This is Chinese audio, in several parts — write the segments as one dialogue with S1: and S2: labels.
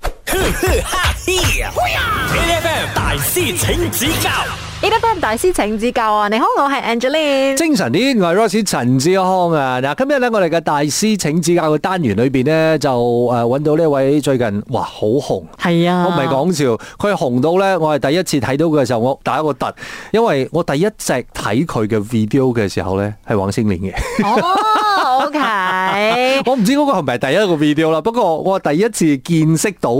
S1: 呵呵哈嘿，A F M 大師請指教
S2: ，A F M 大師請指教啊！你好，我係 Angeline。
S3: 精神啲，我係 Royce 陳志康啊！嗱，今日咧我哋嘅大師請指教嘅單元裏邊咧，就誒揾到呢一位最近哇好紅，
S2: 係啊
S3: 我唔係講笑，佢紅到咧，我係第一次睇到佢嘅時候，我打一個突，因為我第一隻睇佢嘅 video 嘅時候咧，係黃星蓮嘅，
S2: 哦，OK，
S3: 我唔知嗰個係咪第一個 video 啦，不過我第一次見識到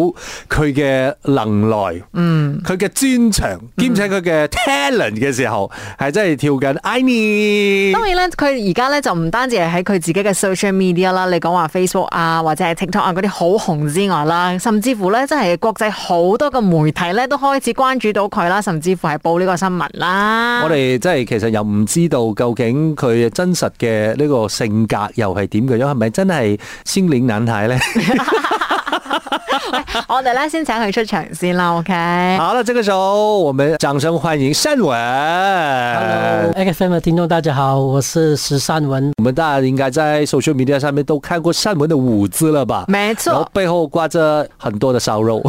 S3: 佢嘅能耐，嗯，佢嘅專長，兼且佢嘅 talent 嘅時候，係真係跳緊 I need。
S2: 當然咧，佢而家咧就唔單止係喺佢自己嘅 social media 啦，你講話 Facebook 啊，或者係 TikTok 啊嗰啲好紅之外啦，甚至乎咧真係國際好多嘅媒體咧都開始關注到佢啦，甚至乎係報呢個新聞啦。
S3: 我哋即係其實又唔知道究竟佢真實嘅呢個性格又係點嘅樣，係咪真係先戀眼 睇咧？
S2: 我哋咧先請佢出場先啦，OK？
S3: 好了，這個時候我們掌聲歡迎善文。
S4: Hello XFM 的听众大家好，我是石善文。
S3: 我們大家應該在 social media 上面都看過善文的舞姿了吧？
S2: 沒錯
S3: 然後背後掛着很多的 燒肉。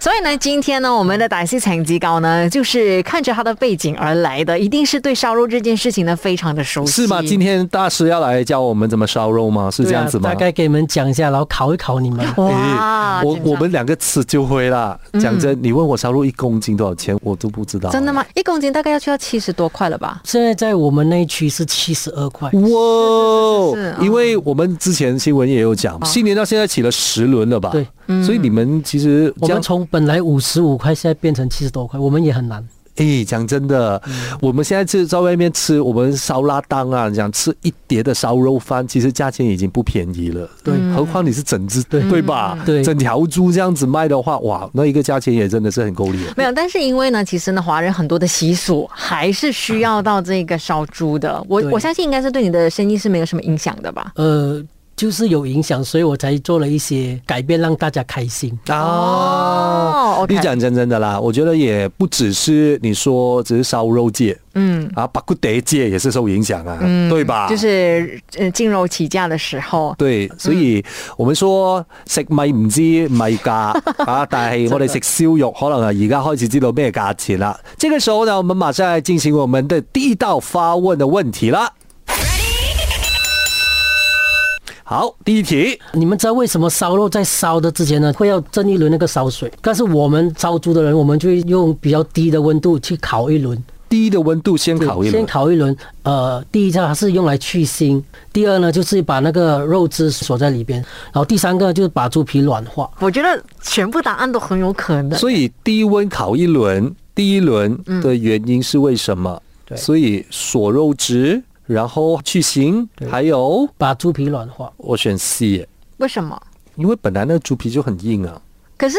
S2: 所以呢，今天呢，我们的大西成绩高呢，就是看着他的背景而来的，一定是对烧肉这件事情呢非常的熟悉。
S3: 是嗎？今天大師要來教我們怎麼燒肉嗎？是這樣子嗎？
S4: 啊
S2: 啊
S4: 大概给你们讲一下，然后考一考你们。
S2: 哇，
S3: 哎我
S2: 真的
S3: 我们兩個吃就會啦。講真，你問我燒肉一公斤多少錢，我都不知道。
S2: 嗯
S3: 啊
S2: 真的吗？一公斤大概要去到七十多块了吧？
S4: 现在在我们那一区是嗯七十二块，
S3: 嗯哇
S2: 是是是！
S3: 因为我们之前新闻也有讲，新年到现在起了十轮了吧？
S4: 哦对，嗯
S3: 所以你们其实
S4: 我
S3: 这样
S4: 们从本来五十五块，现在变成七十多块，我们也很难。
S3: 哎，讲真的，
S4: 嗯
S3: 我们现在吃在外面吃，我们烧腊档啊，讲吃一碟的烧肉饭，其实价钱已经不便宜了。嗯
S4: 对
S3: 何况你是整只对对吧？
S4: 对
S3: 整条猪这样子卖的话，哇，那一个价钱也真的是很够力。
S2: 没有，但是因为呢，其实呢，华人很多的习俗还是需要到这个烧猪的。我
S4: 对
S2: 我相信应该是对你的生意是没有什么影响的吧？
S4: 呃，就是有影响，所以我才做了一些改变，让大家开心。
S2: 哦，OK
S3: 你讲真真的啦，我觉得也不只是你说只是烧肉界，嗯，啊，巴古德界也是受影响啊，对
S2: 嗯
S3: 吧？
S2: 就是呃，进肉起价的时候，
S3: 对，所
S2: 嗯
S3: 以我们说食米唔知米价 啊，但系我哋食烧肉可能啊而家开始知道咩价钱啦。这个时候呢，我们马上来进行我们的第一道发问的问题啦。好，第一题，
S4: 你们知道为什么烧肉在烧的之前呢，会要蒸一轮那个烧水？但是我们烧猪的人，我们就会用比较低的温度去烤一轮。
S3: 低的温度先
S4: 对
S3: 烤一
S4: 先
S3: 轮。
S4: 烤一轮。呃，第一下它是用来去腥，第二呢就是把那个肉汁锁在里边，然后第三个就是把猪皮软化。
S2: 我觉得全部答案都很有可能。
S3: 所以低温烤一轮，第一轮的原因是为什么？
S4: 对
S3: 所以锁肉质，然后去腥，还有
S4: 把猪皮软化，
S3: 我选 C，耶
S2: 为什么？
S3: 因为本来那个猪皮就很硬啊。
S2: 可是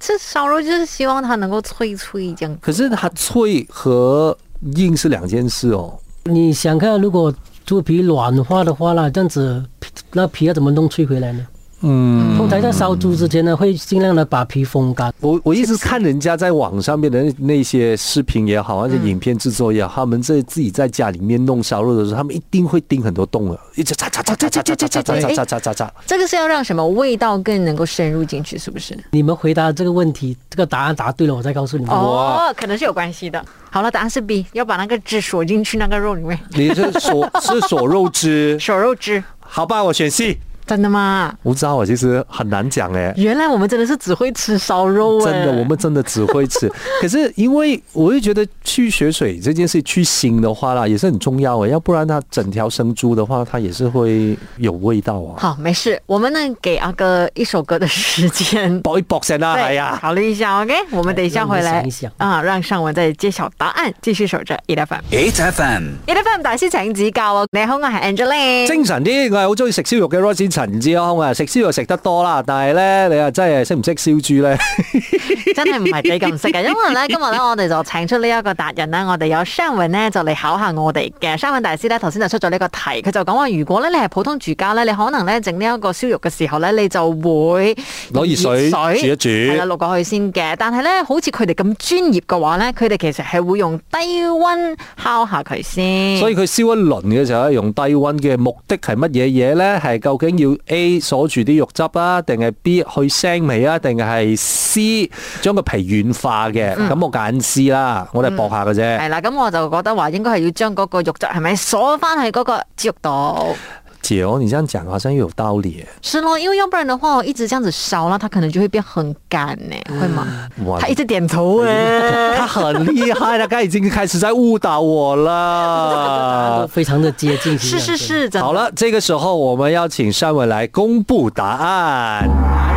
S2: 吃烧肉就是希望它能够脆脆这样。
S3: 可是它脆和硬是两件事哦。
S4: 你想看如果猪皮软化的话啦，这样子皮那皮要怎么弄脆回来呢？
S3: 嗯，
S4: 通常在烧猪之前呢，会尽量的把皮风干。
S3: 我我一直看人家在网上面的那那些视频也好，那些影片制作也好，他们在自己在家里面弄烧肉的时候，他们一定会钉很多洞的，一直扎扎扎扎扎扎扎扎扎扎扎扎扎。
S2: 这个是要让什么味道更能够深入进去，是不是？
S4: 你们回答这个问题，这个答案答对了，我再告诉你们。
S2: 哦，可能是有关系的。好了，答案是 B，要把那个汁锁进去那个肉里面，
S3: 你是锁是锁肉汁，
S2: 锁肉汁。
S3: 好吧，我选 C。
S2: 真的吗？
S3: 我知道我其实很难讲哎、
S2: 原来我们真的是只会吃烧肉哎、
S3: 真的，我们真的只会吃。可是因为我会觉得去血水这件事去腥的话啦，也是很重要诶，要不然它整条生猪的话，它也是会有味道啊。
S2: 好，没事，我们呢给阿哥一首歌的时间。
S3: 搏一搏先啦， 哎
S2: 对
S3: 呀，
S2: 考虑一下，OK？我们等一下回
S4: 让我们
S2: 来
S4: 想一想
S2: 啊，让尚文再揭晓答案，继续守着 E F M。
S1: ，H F M
S2: E F M 大师请指教啊！你好，我系 Angeline。
S3: 精神啲，我係好中意食燒肉嘅 Rosie 陳志康啊，食燒肉食得多啦，但係咧你啊真係識唔識燒豬咧？
S2: 真係唔係幾咁識嘅，因為咧今日咧我哋就請出呢一個達人啊啦，我哋有商雲咧就嚟考下我哋嘅。商雲大師咧頭先就出咗呢個題，佢就講話如果咧你係普通住家咧，你可能咧整呢一個燒肉嘅時候咧，你就會
S3: 攞熱水煮一煮
S2: 係啦，淥過去先嘅。但係咧好似佢哋咁專業嘅話咧，佢哋其實係會用低温烤下佢先。
S3: 所以佢燒一輪嘅時候咧，用低温嘅目的係乜嘢嘢咧？係究竟要 A 鎖住啲肉汁啊，定係 B 去腥味啊，定係 C 將個皮軟化嘅？咁、我揀 C 啦，我哋搏下嘅啫。
S2: 係啦，咁我就覺得話應該係要將嗰個肉汁係咪鎖翻去嗰個豬肉度？
S3: 姐哦，你這樣講好像又有道理耶。
S2: 是咯，因為要不然的話，我一直這樣子燒啦，它可能就會變很乾呢，會嗎？
S3: 嗯哇
S2: 他一直點頭哎，
S3: 他很厲害，他剛才已經開始在誤導我
S4: 都
S3: 了。
S4: 非常的接近。
S2: 是是是，真的
S3: 好了，这個時候我們要請善文來公布答案。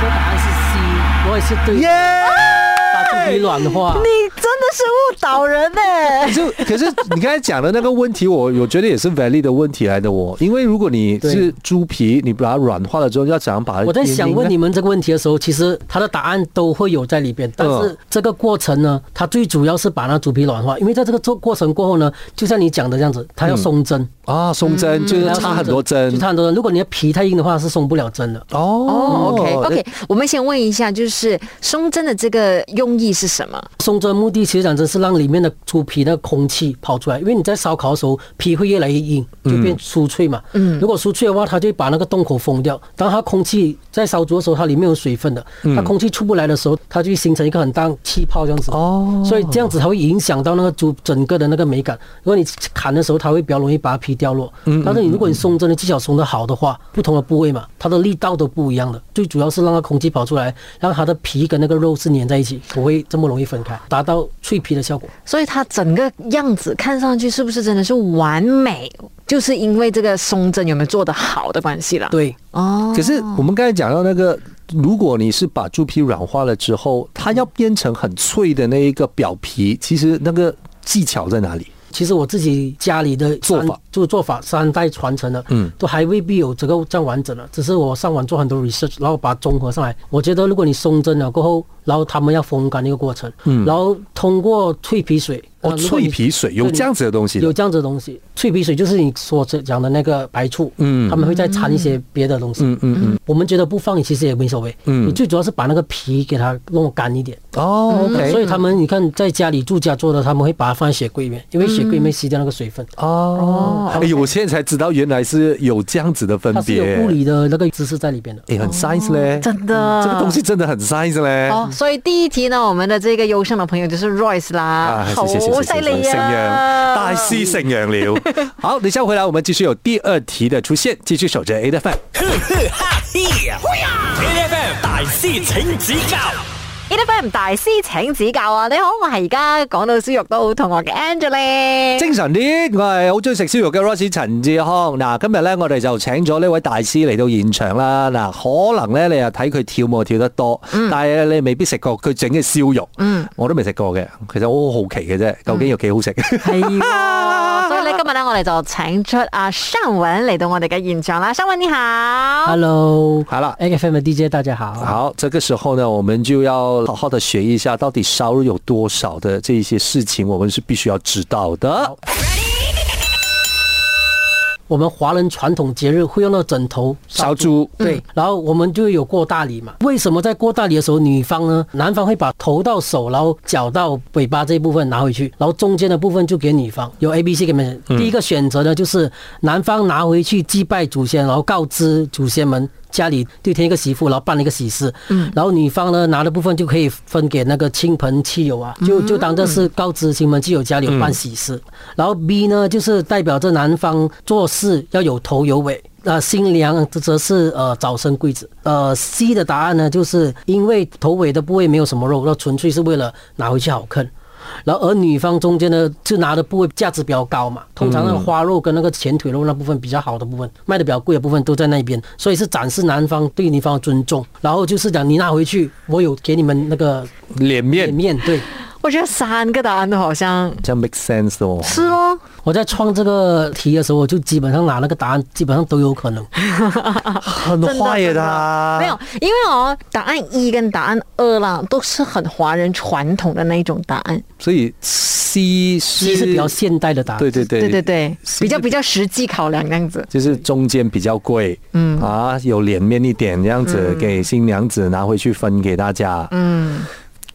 S4: 这答案是 C，我也是对
S3: 耶、
S4: 的，把自己软化。
S2: 你真的是誤導人呢。
S3: 就可是你刚才讲的那个问题，我我觉得也是 valid 的问题来的哦。因为如果你是
S4: 对
S3: 猪皮，你把它软化了之后，要怎样把它？
S4: 我在想问你，们这个问题的时候，其实它的答案都会有在里
S3: 嗯
S4: 边，但是这个过程呢，它最主要是把那猪皮软化，因为在这个做过程过后呢，就像你讲的这样子，它要松针，
S3: 啊，松针、就是
S4: 它要嗯松
S3: 插很
S4: 就
S3: 多针
S4: 插很多针。如果你的皮太硬的话，是松不了针的。
S3: 哦。
S2: 哦，OK OK，我们先问一下，就是松针的这个用意是什么？
S4: 松针目的其实讲真是让里面的猪皮那个空气跑出来，因为你在烧烤的时候皮会越来越硬，就变酥脆嘛。嗯，如果酥脆的话，它就会把那个洞口封掉。当它空气在烧灼的时候，它里面有水分的，
S3: 嗯
S4: 它空气出不来的时候，它就会形成一个很大气泡这样子。
S3: 哦
S4: 所以这样子它会影响到那个猪整个的那个美感。如果你砍的时候，它会比较容易把皮掉落。嗯，但是你如果你松针的技巧松得好的话，不同的部位嘛，它的力道都不一样的。最主要是让它空气跑出来，让它的皮跟那个肉是粘在一起，不会这么容易分开，达到脆皮的效果。
S2: 所以它整个样子看上去是不是真的是完美？就是因为这个松针有没有做得好的关系啦。，
S4: 对，
S2: 哦，
S3: 可是我们刚才讲到那个，如果你是把猪皮软化了之后，它要变成很脆的那一个表皮，其实那个技巧在哪里？
S4: 其实我自己家里的
S3: 做
S4: 三
S3: 法
S4: 就做法三代传承的，
S3: 嗯
S4: 都还未必有这个这样完整的。只是我上网做很多 research，然后把它综合上来。我觉得如果你松针了过后，然后他们要风干的一个过程，嗯，然后通过脆皮水，呃
S3: 哦，
S4: 如果
S3: 脆
S4: 你
S3: 皮水有
S4: 对你
S3: 这样子的东西的
S4: 有这样子的东西，脆皮水就是你所讲的那个白醋，
S3: 嗯
S4: 他们会再掺一些别的东西，
S3: 嗯嗯嗯，
S4: 我们觉得不放其实也没所谓，
S3: 嗯
S4: 你最主要是把那个皮给它弄干一点。
S3: 哦，OK，
S4: 嗯所以他们你看在家里住家做的，他们会把它放在雪柜里面，因为雪柜里
S3: 嗯
S4: 面吸掉那个水分。
S3: 哦，哎、我现在才知道原来是有这样子的分
S4: 它是
S3: 别，
S4: 有物理的那个知识在里边的。
S3: 哎、很 size 嘞、
S2: 哦真的
S3: 嗯这个东西真的很 size 嘞。
S2: 哦，所以第一题呢，我们的这个优胜的朋友就是 Royce 啦，
S3: 啊，
S2: 好
S3: 谢谢谢谢
S2: 犀
S3: 谢谢，
S2: 利
S3: 盛陽
S2: 啊！
S3: 大师盛陽了。 好，等一下回来，我们继续有第二题的出现，继续守着 A 的饭。
S1: A F M 大師請指教
S2: 呢班人大師請指教啊！你好，我係而家講到燒肉都好肚餓嘅 Angela。
S3: 精神啲，我係好中意食燒肉嘅 Rosie 陳志康。嗱，今日咧我哋就請咗呢位大師嚟到現場啦。嗱，可能咧你又睇佢跳舞跳得多，
S2: 嗯
S3: 但係你未必食過佢整嘅燒肉。嗯，我都未食過嘅，其實我好好奇嘅啫，究竟有幾好食？
S2: 嗯係
S3: 啊
S2: 喎，所以咧今日咧我哋就請出阿尚文嚟到我哋嘅現場啦。尚文你好
S4: Hello，
S3: 好了
S4: ，A F M 的 DJ 大家好。
S3: 好，这个时候呢，我们就要好好的学一下，到底烧肉有多少的这一些事情，我们是必须要知道的。
S4: 我们华人传统节日会用到枕头
S3: 烧猪，
S4: 对，然后我们就有过大礼嘛。为什么在过大礼的时候，女方呢，男方会把头到手，然后脚到尾巴这一部分拿回去，然后中间的部分就给女方。有 A、B、C 给你们。第一个选择呢，就是男方拿回去祭拜祖先，然后告知祖先们。家里对天一个媳妇，然后办了一个喜事，嗯，然后女方呢拿的部分就可以分给那个亲朋戚友啊，就就当这是告知亲朋戚友家里有办喜事。然后 B 呢就是代表着男方做事要有头有尾，呃，新娘则是呃早生贵子。呃，C 的答案呢，就是因为头尾的部位没有什么肉，那纯粹是为了拿回去好看。然后而女方中间呢，就拿的部位价值比较高嘛，通常那个花肉跟那个前腿肉那部分比较好的部分，卖的比较贵的部分都在那边，所以是展示男方对女方的尊重。然后就是讲你拿回去，我有给你们那个
S3: 脸面
S4: 脸，面对。
S2: 我觉得三个答案都好像
S3: 这样 make sense 哦。
S2: 是咯，
S4: 我在创这个题的时候，我就基本上拿那个答案，基本上都有可能。
S3: 很
S2: 真的
S3: 坏
S2: 真
S3: 的
S2: 的
S3: 啊，
S2: 没有，因为哦，答案一跟答案二啦，都是很华人传统的那一种答案。
S3: 所以 C
S4: 其
S3: 是
S4: 实比较现代的答案。
S3: 对对对
S2: 对对对，
S3: 是
S2: 比较比较实际考量这样子。
S3: 就是中间比较贵，嗯啊，有脸面一点这样子，
S2: 嗯
S3: 给新娘子拿回去分给大家。嗯，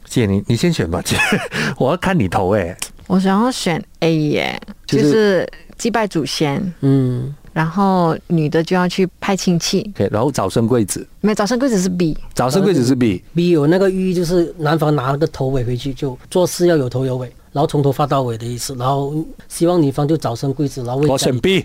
S3: 姐你你先选吧，姐， 我要看你头哎、
S2: 我想要选 A 耶，
S3: 就
S2: 就是是祭拜祖先。
S4: 嗯，
S2: 然后女的就要去派亲戚，
S3: OK，然后早生贵子，
S2: 没有早生贵子是 B，
S3: 早生贵子是 B，
S4: B 有那个寓意就是男方拿了个头尾回去，就做事要有头有尾，然后从头发到尾的意思，然后希望女方就早生贵子，然后为
S3: 我
S4: 家里
S3: 选 B。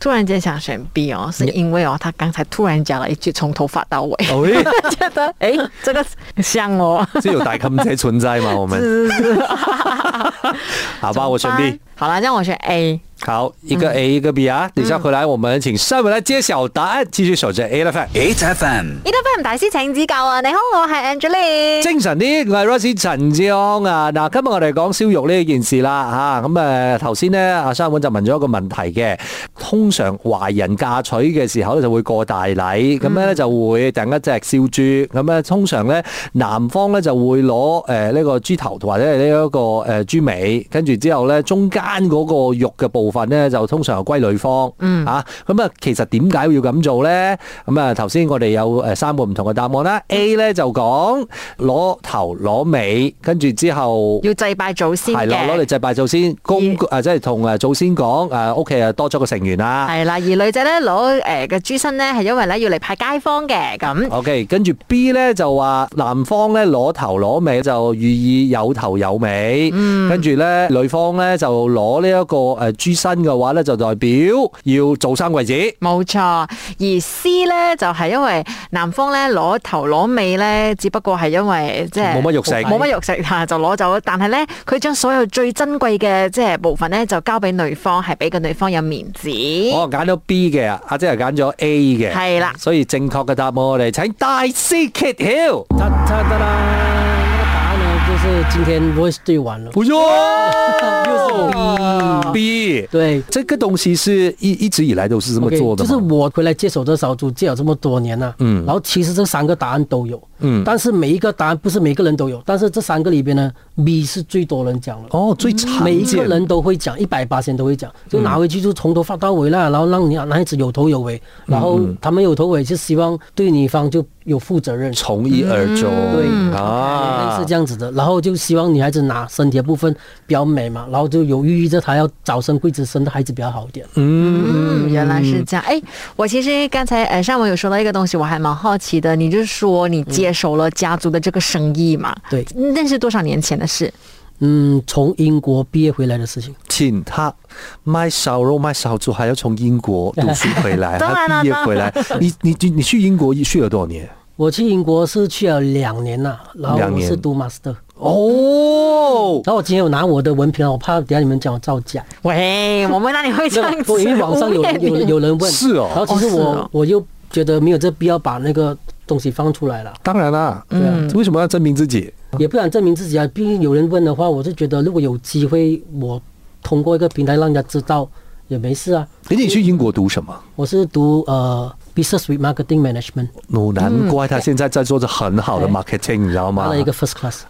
S2: 突然间想选 B 哦，是因为哦，他刚才突然讲了一句从头发到尾，
S3: 哦喂，
S2: 觉得诶，这个像哦，
S3: 是有大坑才存在嘛？我们
S2: 是是是，
S3: 好吧，我选 B。。
S2: 好啦，让我选 A。
S3: 好，一个 A 一个 B 啊，等一下回来我们请善文来揭晓答案，继续守着 A 的范。
S1: 8FM
S2: 呢度 FM 大師請指教啊！你好，我係 Angeline。
S3: 精神啲，我係 Rosie 陳志安啊！嗱，今日我哋講燒肉呢件事啦嚇，咁誒頭先咧，阿生本就問咗一個問題嘅，通常華人嫁娶嘅時候咧就會過大禮，咁咧就會訂一隻燒豬，咁咧通常咧男方咧就會攞呃誒呢個豬頭或者係呢一個誒豬尾，跟住之後咧中間嗰個肉嘅部分咧就通常係歸女方，嗯啊，咁啊其實點解要咁做咧？咁啊頭先我哋有誒三個唔同嘅答案啦，A 咧就講攞頭攞尾，跟住之後。
S2: 要祭拜祖先
S3: 係啦，攞嚟
S2: 嘅。
S3: 祭拜祖先，公
S2: 二
S3: 啊，即係同誒祖先講，誒屋企啊多咗個成員啦。
S2: 係啦，而女仔咧攞誒嘅豬身咧，係因為咧要嚟派街坊嘅咁。
S3: OK，跟住 B 咧就話男方咧攞頭攞尾就寓意有頭有尾，
S4: 嗯
S3: 跟住咧女方咧就攞呢一個誒豬身嘅話咧就代表要做生為止。
S2: 冇錯，而 C 咧就係因為男方咧攞頭攞尾咧，只不過係因為即係
S3: 冇乜肉食
S2: 冇乜肉食 嚇就攞走。但係咧，佢將所有最珍貴嘅即係部分咧，就交俾女方，係俾個女方有面子。
S3: 我哦揀咗 B 嘅，阿姐係揀咗 A 嘅，
S2: 係啦
S3: 所以正確嘅答案我哋請大師揭曉。
S4: 哒哒哒啦，那个答案呢就是今天 voice 对完了，
S3: 不用，
S4: 又是 B，
S3: B，
S4: 对。
S3: 这个东西是一一直以来都是这么
S4: OK，
S3: 做的
S4: 就
S3: 嘛
S4: 是我回来接手这小组接了这么多年了、嗯，然后其实这三个答案都有，嗯，但是每一个答案不是每个人都有，但是这三个里边呢，B 是最多人讲了，
S3: 哦，最常
S4: 每一个
S3: 见
S4: 人都会讲，一百八千都会讲，就拿回去就从头发到尾啦，然后让你男孩子有头有尾，然后
S3: 嗯
S4: 他们有头尾就希望对女方就有负责任，
S3: 从一而终，
S4: 对
S3: 啊
S4: 类似这样子的，然后就希望女孩子拿身体的部分比较美嘛，然后就有寓意着她要早生贵子，生的孩子比较好一点。
S2: 嗯，原来是这样。哎，我其实刚才呃上文有说到一个东西，我还蛮好奇的。你就说你接手了家族的这个生意嘛？
S4: 对
S2: 那是多少年前的事？
S4: 嗯，从英国毕业回来的事情，
S3: 请他卖烧肉、卖烧猪，还要从英国读书回来，
S2: 当然
S3: 还
S2: 了
S3: 毕业回来。你你你你去英国去了多少年？
S4: 我去英国是去了两年了，然后
S3: 两
S4: 我
S3: 年
S4: 是读 master，
S3: 哦，
S4: 然后我今天有拿我的文凭，啊我怕等下你们讲我造假。
S2: 喂，我们那里会这样
S4: 不，
S2: 子？
S4: 因为网上有人有人有人问，
S3: 是哦
S4: 然后其实
S2: 哦是
S4: 我、
S2: 哦
S4: 我又觉得没有这必要把那个东西放出来了，
S3: 当然啦，
S4: 对啊，
S3: 为什么要证明自己？
S2: 哦
S4: 也不想证明自己啊。毕竟有人问的话，我是觉得如果有机会，我通过一个平台让人家知道也没事啊。
S3: 而且你去英国读什么？
S4: 我是读呃 business with marketing management，
S3: 哦，难怪他现在在做着很好的 marketing，你知道
S4: 拿
S3: 吗
S4: 了一？个 first class。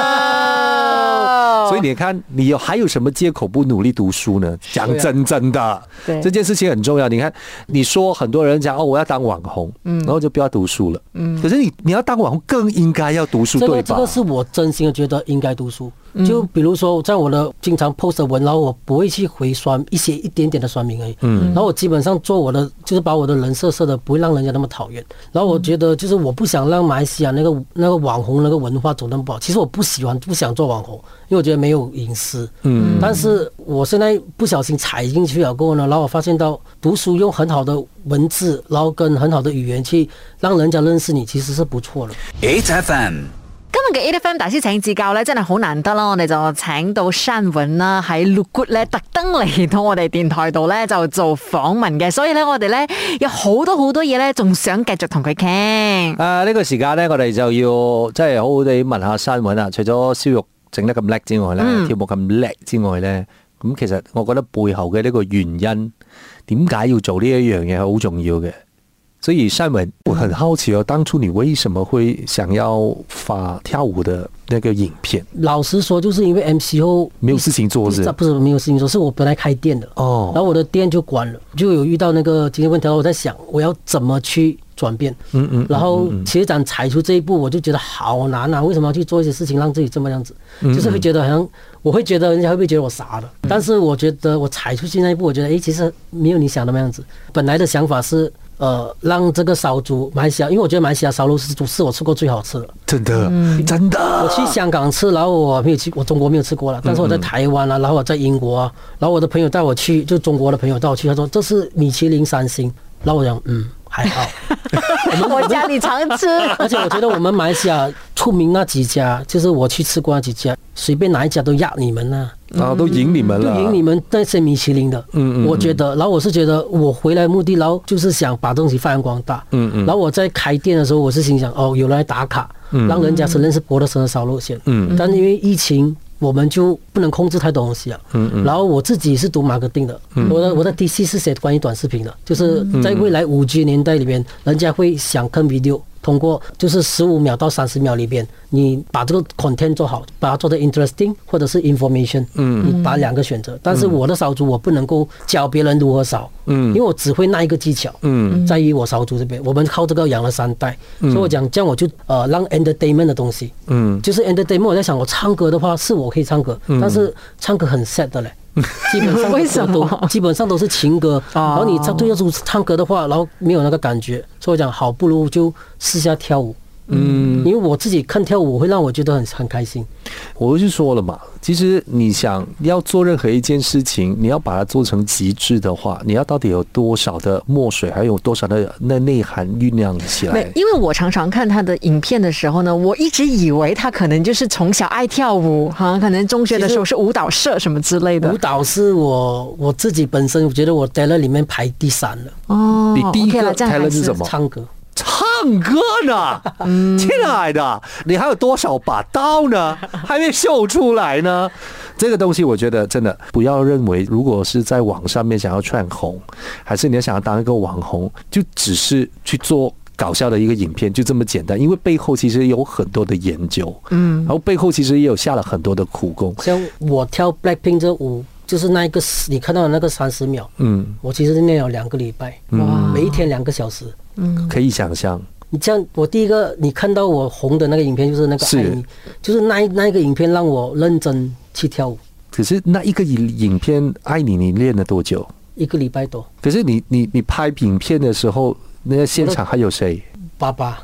S3: 哇！所以你看，你有还有什么借口不努力读书呢？讲真真的，
S2: 对
S3: 这件事情很重要。你看，你说很多人讲哦，我要当网红，然后就不要读书了。可是你你要当网红，更应该要读书，
S4: 这
S3: 对
S4: 个这
S3: 吧
S4: 个？是我真心的觉得应该读书。就比如说，在我的经常 post 的文，然后我不会去回酸一些一点点的酸民而已。嗯，然后我基本上做我的，就是把我的人设设的不会让人家那么讨厌。然后我觉得就是我不想让马来西亚那个那个网红那个文化走那么不好。其实我不喜欢不想做网红，因为我觉得没有隐私。嗯，但是我现在不小心踩进去了过后呢，然后我发现到读书用很好的文字，然后跟很好的语言去让人家认识你，其实是不错的。
S1: 8FM
S2: 今日嘅 A F M 大師請指教咧，真係好難得啦！我哋就請到山韻啦，喺 Look Good 咧特登嚟到我哋電台度咧就做訪問嘅，所以咧我哋咧有好多好多嘢咧，仲想繼續同佢 傾。
S3: 啊，呢個時間咧，我哋就要即係好好地問下山韻啊。除咗燒肉整得咁叻之外咧，跳舞咁叻之外咧，咁其實我覺得背後嘅呢個原因，點解要做呢一樣嘢係好重要嘅。所以山文，我很好奇哦，当初你为什么会想要发跳舞的那个影片？
S4: 老实说，就是因为 MCO
S3: 没有事情做是
S4: 不是不是没有事情说，是我本来开店的
S3: 哦
S4: 然后我的店就关了，就有遇到那个今天问题，然后我在想我要怎么去转变。嗯嗯。然后其实讲踩出这一步，我就觉得好难啊！为什么要去做一些事情让自己这么样子？就是会觉得好像我会觉得人家会不会觉得我傻的？但是我觉得我踩出去那一步，我觉得诶，其实没有你想的那样子。本来的想法是。呃，让这个烧猪马来西亚，因为我觉得马来西亚烧肉是是我吃过最好吃的。
S3: 真的，真
S4: 我
S3: 的，
S4: 去香港吃，然后我没有去，我中国没有吃过了。但是我在台湾啊，然后我在英国啊，然后我的朋友带我去，就中国的朋友带我去，他说这是米其林三星，然后我讲嗯还好，
S2: 我家里常吃。
S4: 而且我觉得我们马来西亚出名那几家，就是我去吃过那几家，随便哪一家都压你们啊呢、
S3: 然后啊都赢你们
S4: 就
S3: 了，
S4: 赢你们那些米其林的，
S3: 嗯嗯嗯
S4: 我觉得，然后我是觉得我回来目的，然后就是想把东西发扬光大，
S3: 嗯嗯
S4: 然后我在开店的时候，我是心想，哦，有人来打卡，让人家承认是博乐生的烧肉线，
S3: 嗯，
S4: 但因为疫情。我们就不能控制太多东西啊。嗯嗯。然后我自己是读 marketing 的，
S3: 嗯
S4: 我的我的 DC 是写关于短视频的，就是在未来五 G 年代里面，人家会想看 video，通过就是十五秒到三十秒里边，你把这个 content 做好，把它做的 interesting 或者是 information，嗯，你把两个选择。但是我的烧猪我不能够教别人如何烧，嗯，因为我只会那一个技巧，嗯，在于我烧猪这边，我们靠这个养了三代，所以我讲这样我就呃让 entertainment 的东西，
S3: 嗯，
S4: 就是 entertainment，我在想我唱歌的话是我可以唱歌，但是唱歌很 sad 的嘞。基本上
S2: 为什么哦
S4: 都基本上都是情歌，然后你唱对要是唱歌的话，然后没有那个感觉，所以我讲好，不如就试下跳舞。嗯，因为我自己看跳舞会让我觉得很很开心。
S3: 我就说了嘛，其实你想要做任何一件事情，你要把它做成极致的话，你要到底有多少的墨水，还有多少的那内涵酝酿起
S2: 没
S3: 来，？
S2: 因为我常常看他的影片的时候呢，我一直以为他可能就是从小爱跳舞，哈、可能中学的时候是舞蹈社什么之类的
S3: 嗯
S4: 舞。蹈是我我自己本身，我觉得我在那里面排第三了，
S2: 哦
S3: 你第一
S2: OK 啦
S3: 个
S2: 这样还
S3: talent 是
S2: 是
S3: 什么？
S4: 唱歌。
S3: 唱歌呢，亲爱的，你还有多少把刀呢？还没秀出来呢？这个东西，我觉得真的不要认为，如果是在网上面想要串红，还是你要想要当一个网红，就只是去做。搞笑的一个影片就这么简单，因为背后其实有很多的研究，嗯，然后背后其实也有下了很多的苦功，
S4: 像我跳 Blackpink 这舞，就是那一个你看到的那个三十秒，
S3: 嗯，
S4: 我其实练了两个礼拜，每一天两个小时。
S3: 可以想象，
S4: 你像我第一个，你看到我红的那个影片就是那个
S3: 是
S4: 爱你，就是那一那一个影片让我认真去跳舞，
S3: 可是那一个影影片《爱你》，你练了多久？
S4: 一个礼拜多，
S3: 可是你你你拍影片的时候，那个现场还有谁？
S4: 爸爸。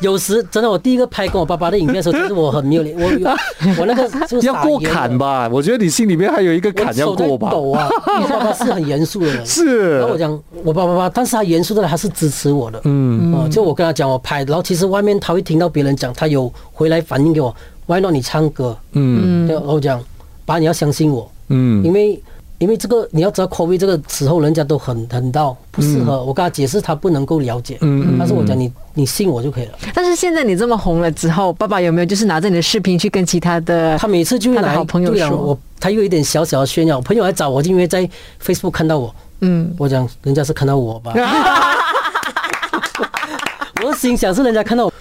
S4: 有时真的，我第一个拍跟我爸爸的影片的时候，其实我很没有力，我我那个就是
S3: 要
S4: 傻
S3: 过
S4: 眼了
S3: 坎吧？我觉得你心里面还有一个
S4: 我
S3: 坎要过吧？
S4: 手在抖啊，因为我爸爸是很严肃的人。
S3: 是
S4: 然后我讲，我爸爸爸，但是他严肃的来，他是支持我的。嗯，哦，就我跟他讲我拍，然后其实外面他会听到别人讲，他有回来反映给我，Why not 你唱歌？嗯，然后我讲，爸你要相信我，
S3: 嗯
S4: 因为因为这个你要知道 COVID 这个时候人家都很很到不适合，我跟他解释他不能够了解，嗯，但是我讲你你信我就可以了。
S2: 但是现在你这么红了之后，爸爸有没有就是拿着你的视频去跟其他的
S4: 他每次就会
S2: 他的
S4: 来
S2: 好朋友
S4: 对啊
S2: 说
S4: 我他有一点小小的炫耀，我朋友来找我，就因为在 Facebook 看到我，嗯，我讲人家是看到 我吧， 我心想是人家看 到我，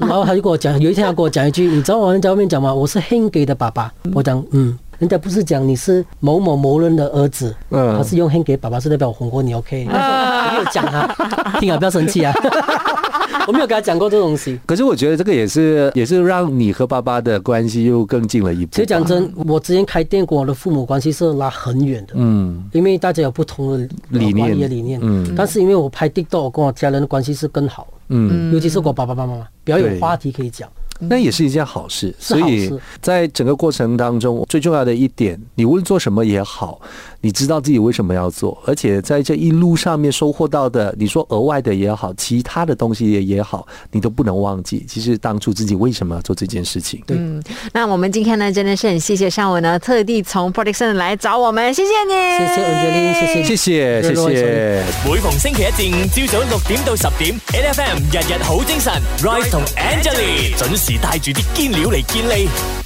S4: 然后他就跟我讲，有一天他跟我讲一句，你知道我人家外面讲吗？我是 h e n g 的爸爸，我讲嗯。人家不是讲你是某某某人的儿子，
S3: 嗯
S4: 他是用 h e n g 爸爸是代表我哄过你，OK？那时候我没有讲啊，听啊，不要生气啊， 我没有跟他讲过这东西。
S3: 可是我觉得这个也是也是让你和爸爸的关系又更近了一步。
S4: 其实讲，真，我之前开店跟我的父母关系是拉很远的，
S3: 啊嗯，
S4: 因为大家有不同的
S3: 理念
S4: 管理的理念。
S3: 嗯
S4: 但是因为我拍 TikTok，我跟我家人的关系是更好，
S3: 嗯，
S4: 尤其是跟我爸爸妈妈，比较有
S3: 对
S4: 话题可以讲。
S3: 那也是一件好事。
S4: 是
S3: 所
S4: 好事
S3: 以在整个过程当中，最重要的一点，你无论做什么也好，你知道自己为什么要做，而且在这一路上面收获到的，你说额外的也好，其他的东西也也好，你都不能忘记，其实当初自己为什么要做这件事情。对，
S2: 那我们今天呢，真的是很谢谢尚文呢，特地从 Production 来找我们，谢谢你，
S4: 谢谢 Angeline，谢谢
S3: 谢谢，谢
S4: 谢
S3: 谢
S4: 谢。
S1: 每逢星期一至五朝早六點到十點，N F M 日日好精神，Rise 同 Angelie 準時帶住啲堅料嚟健利。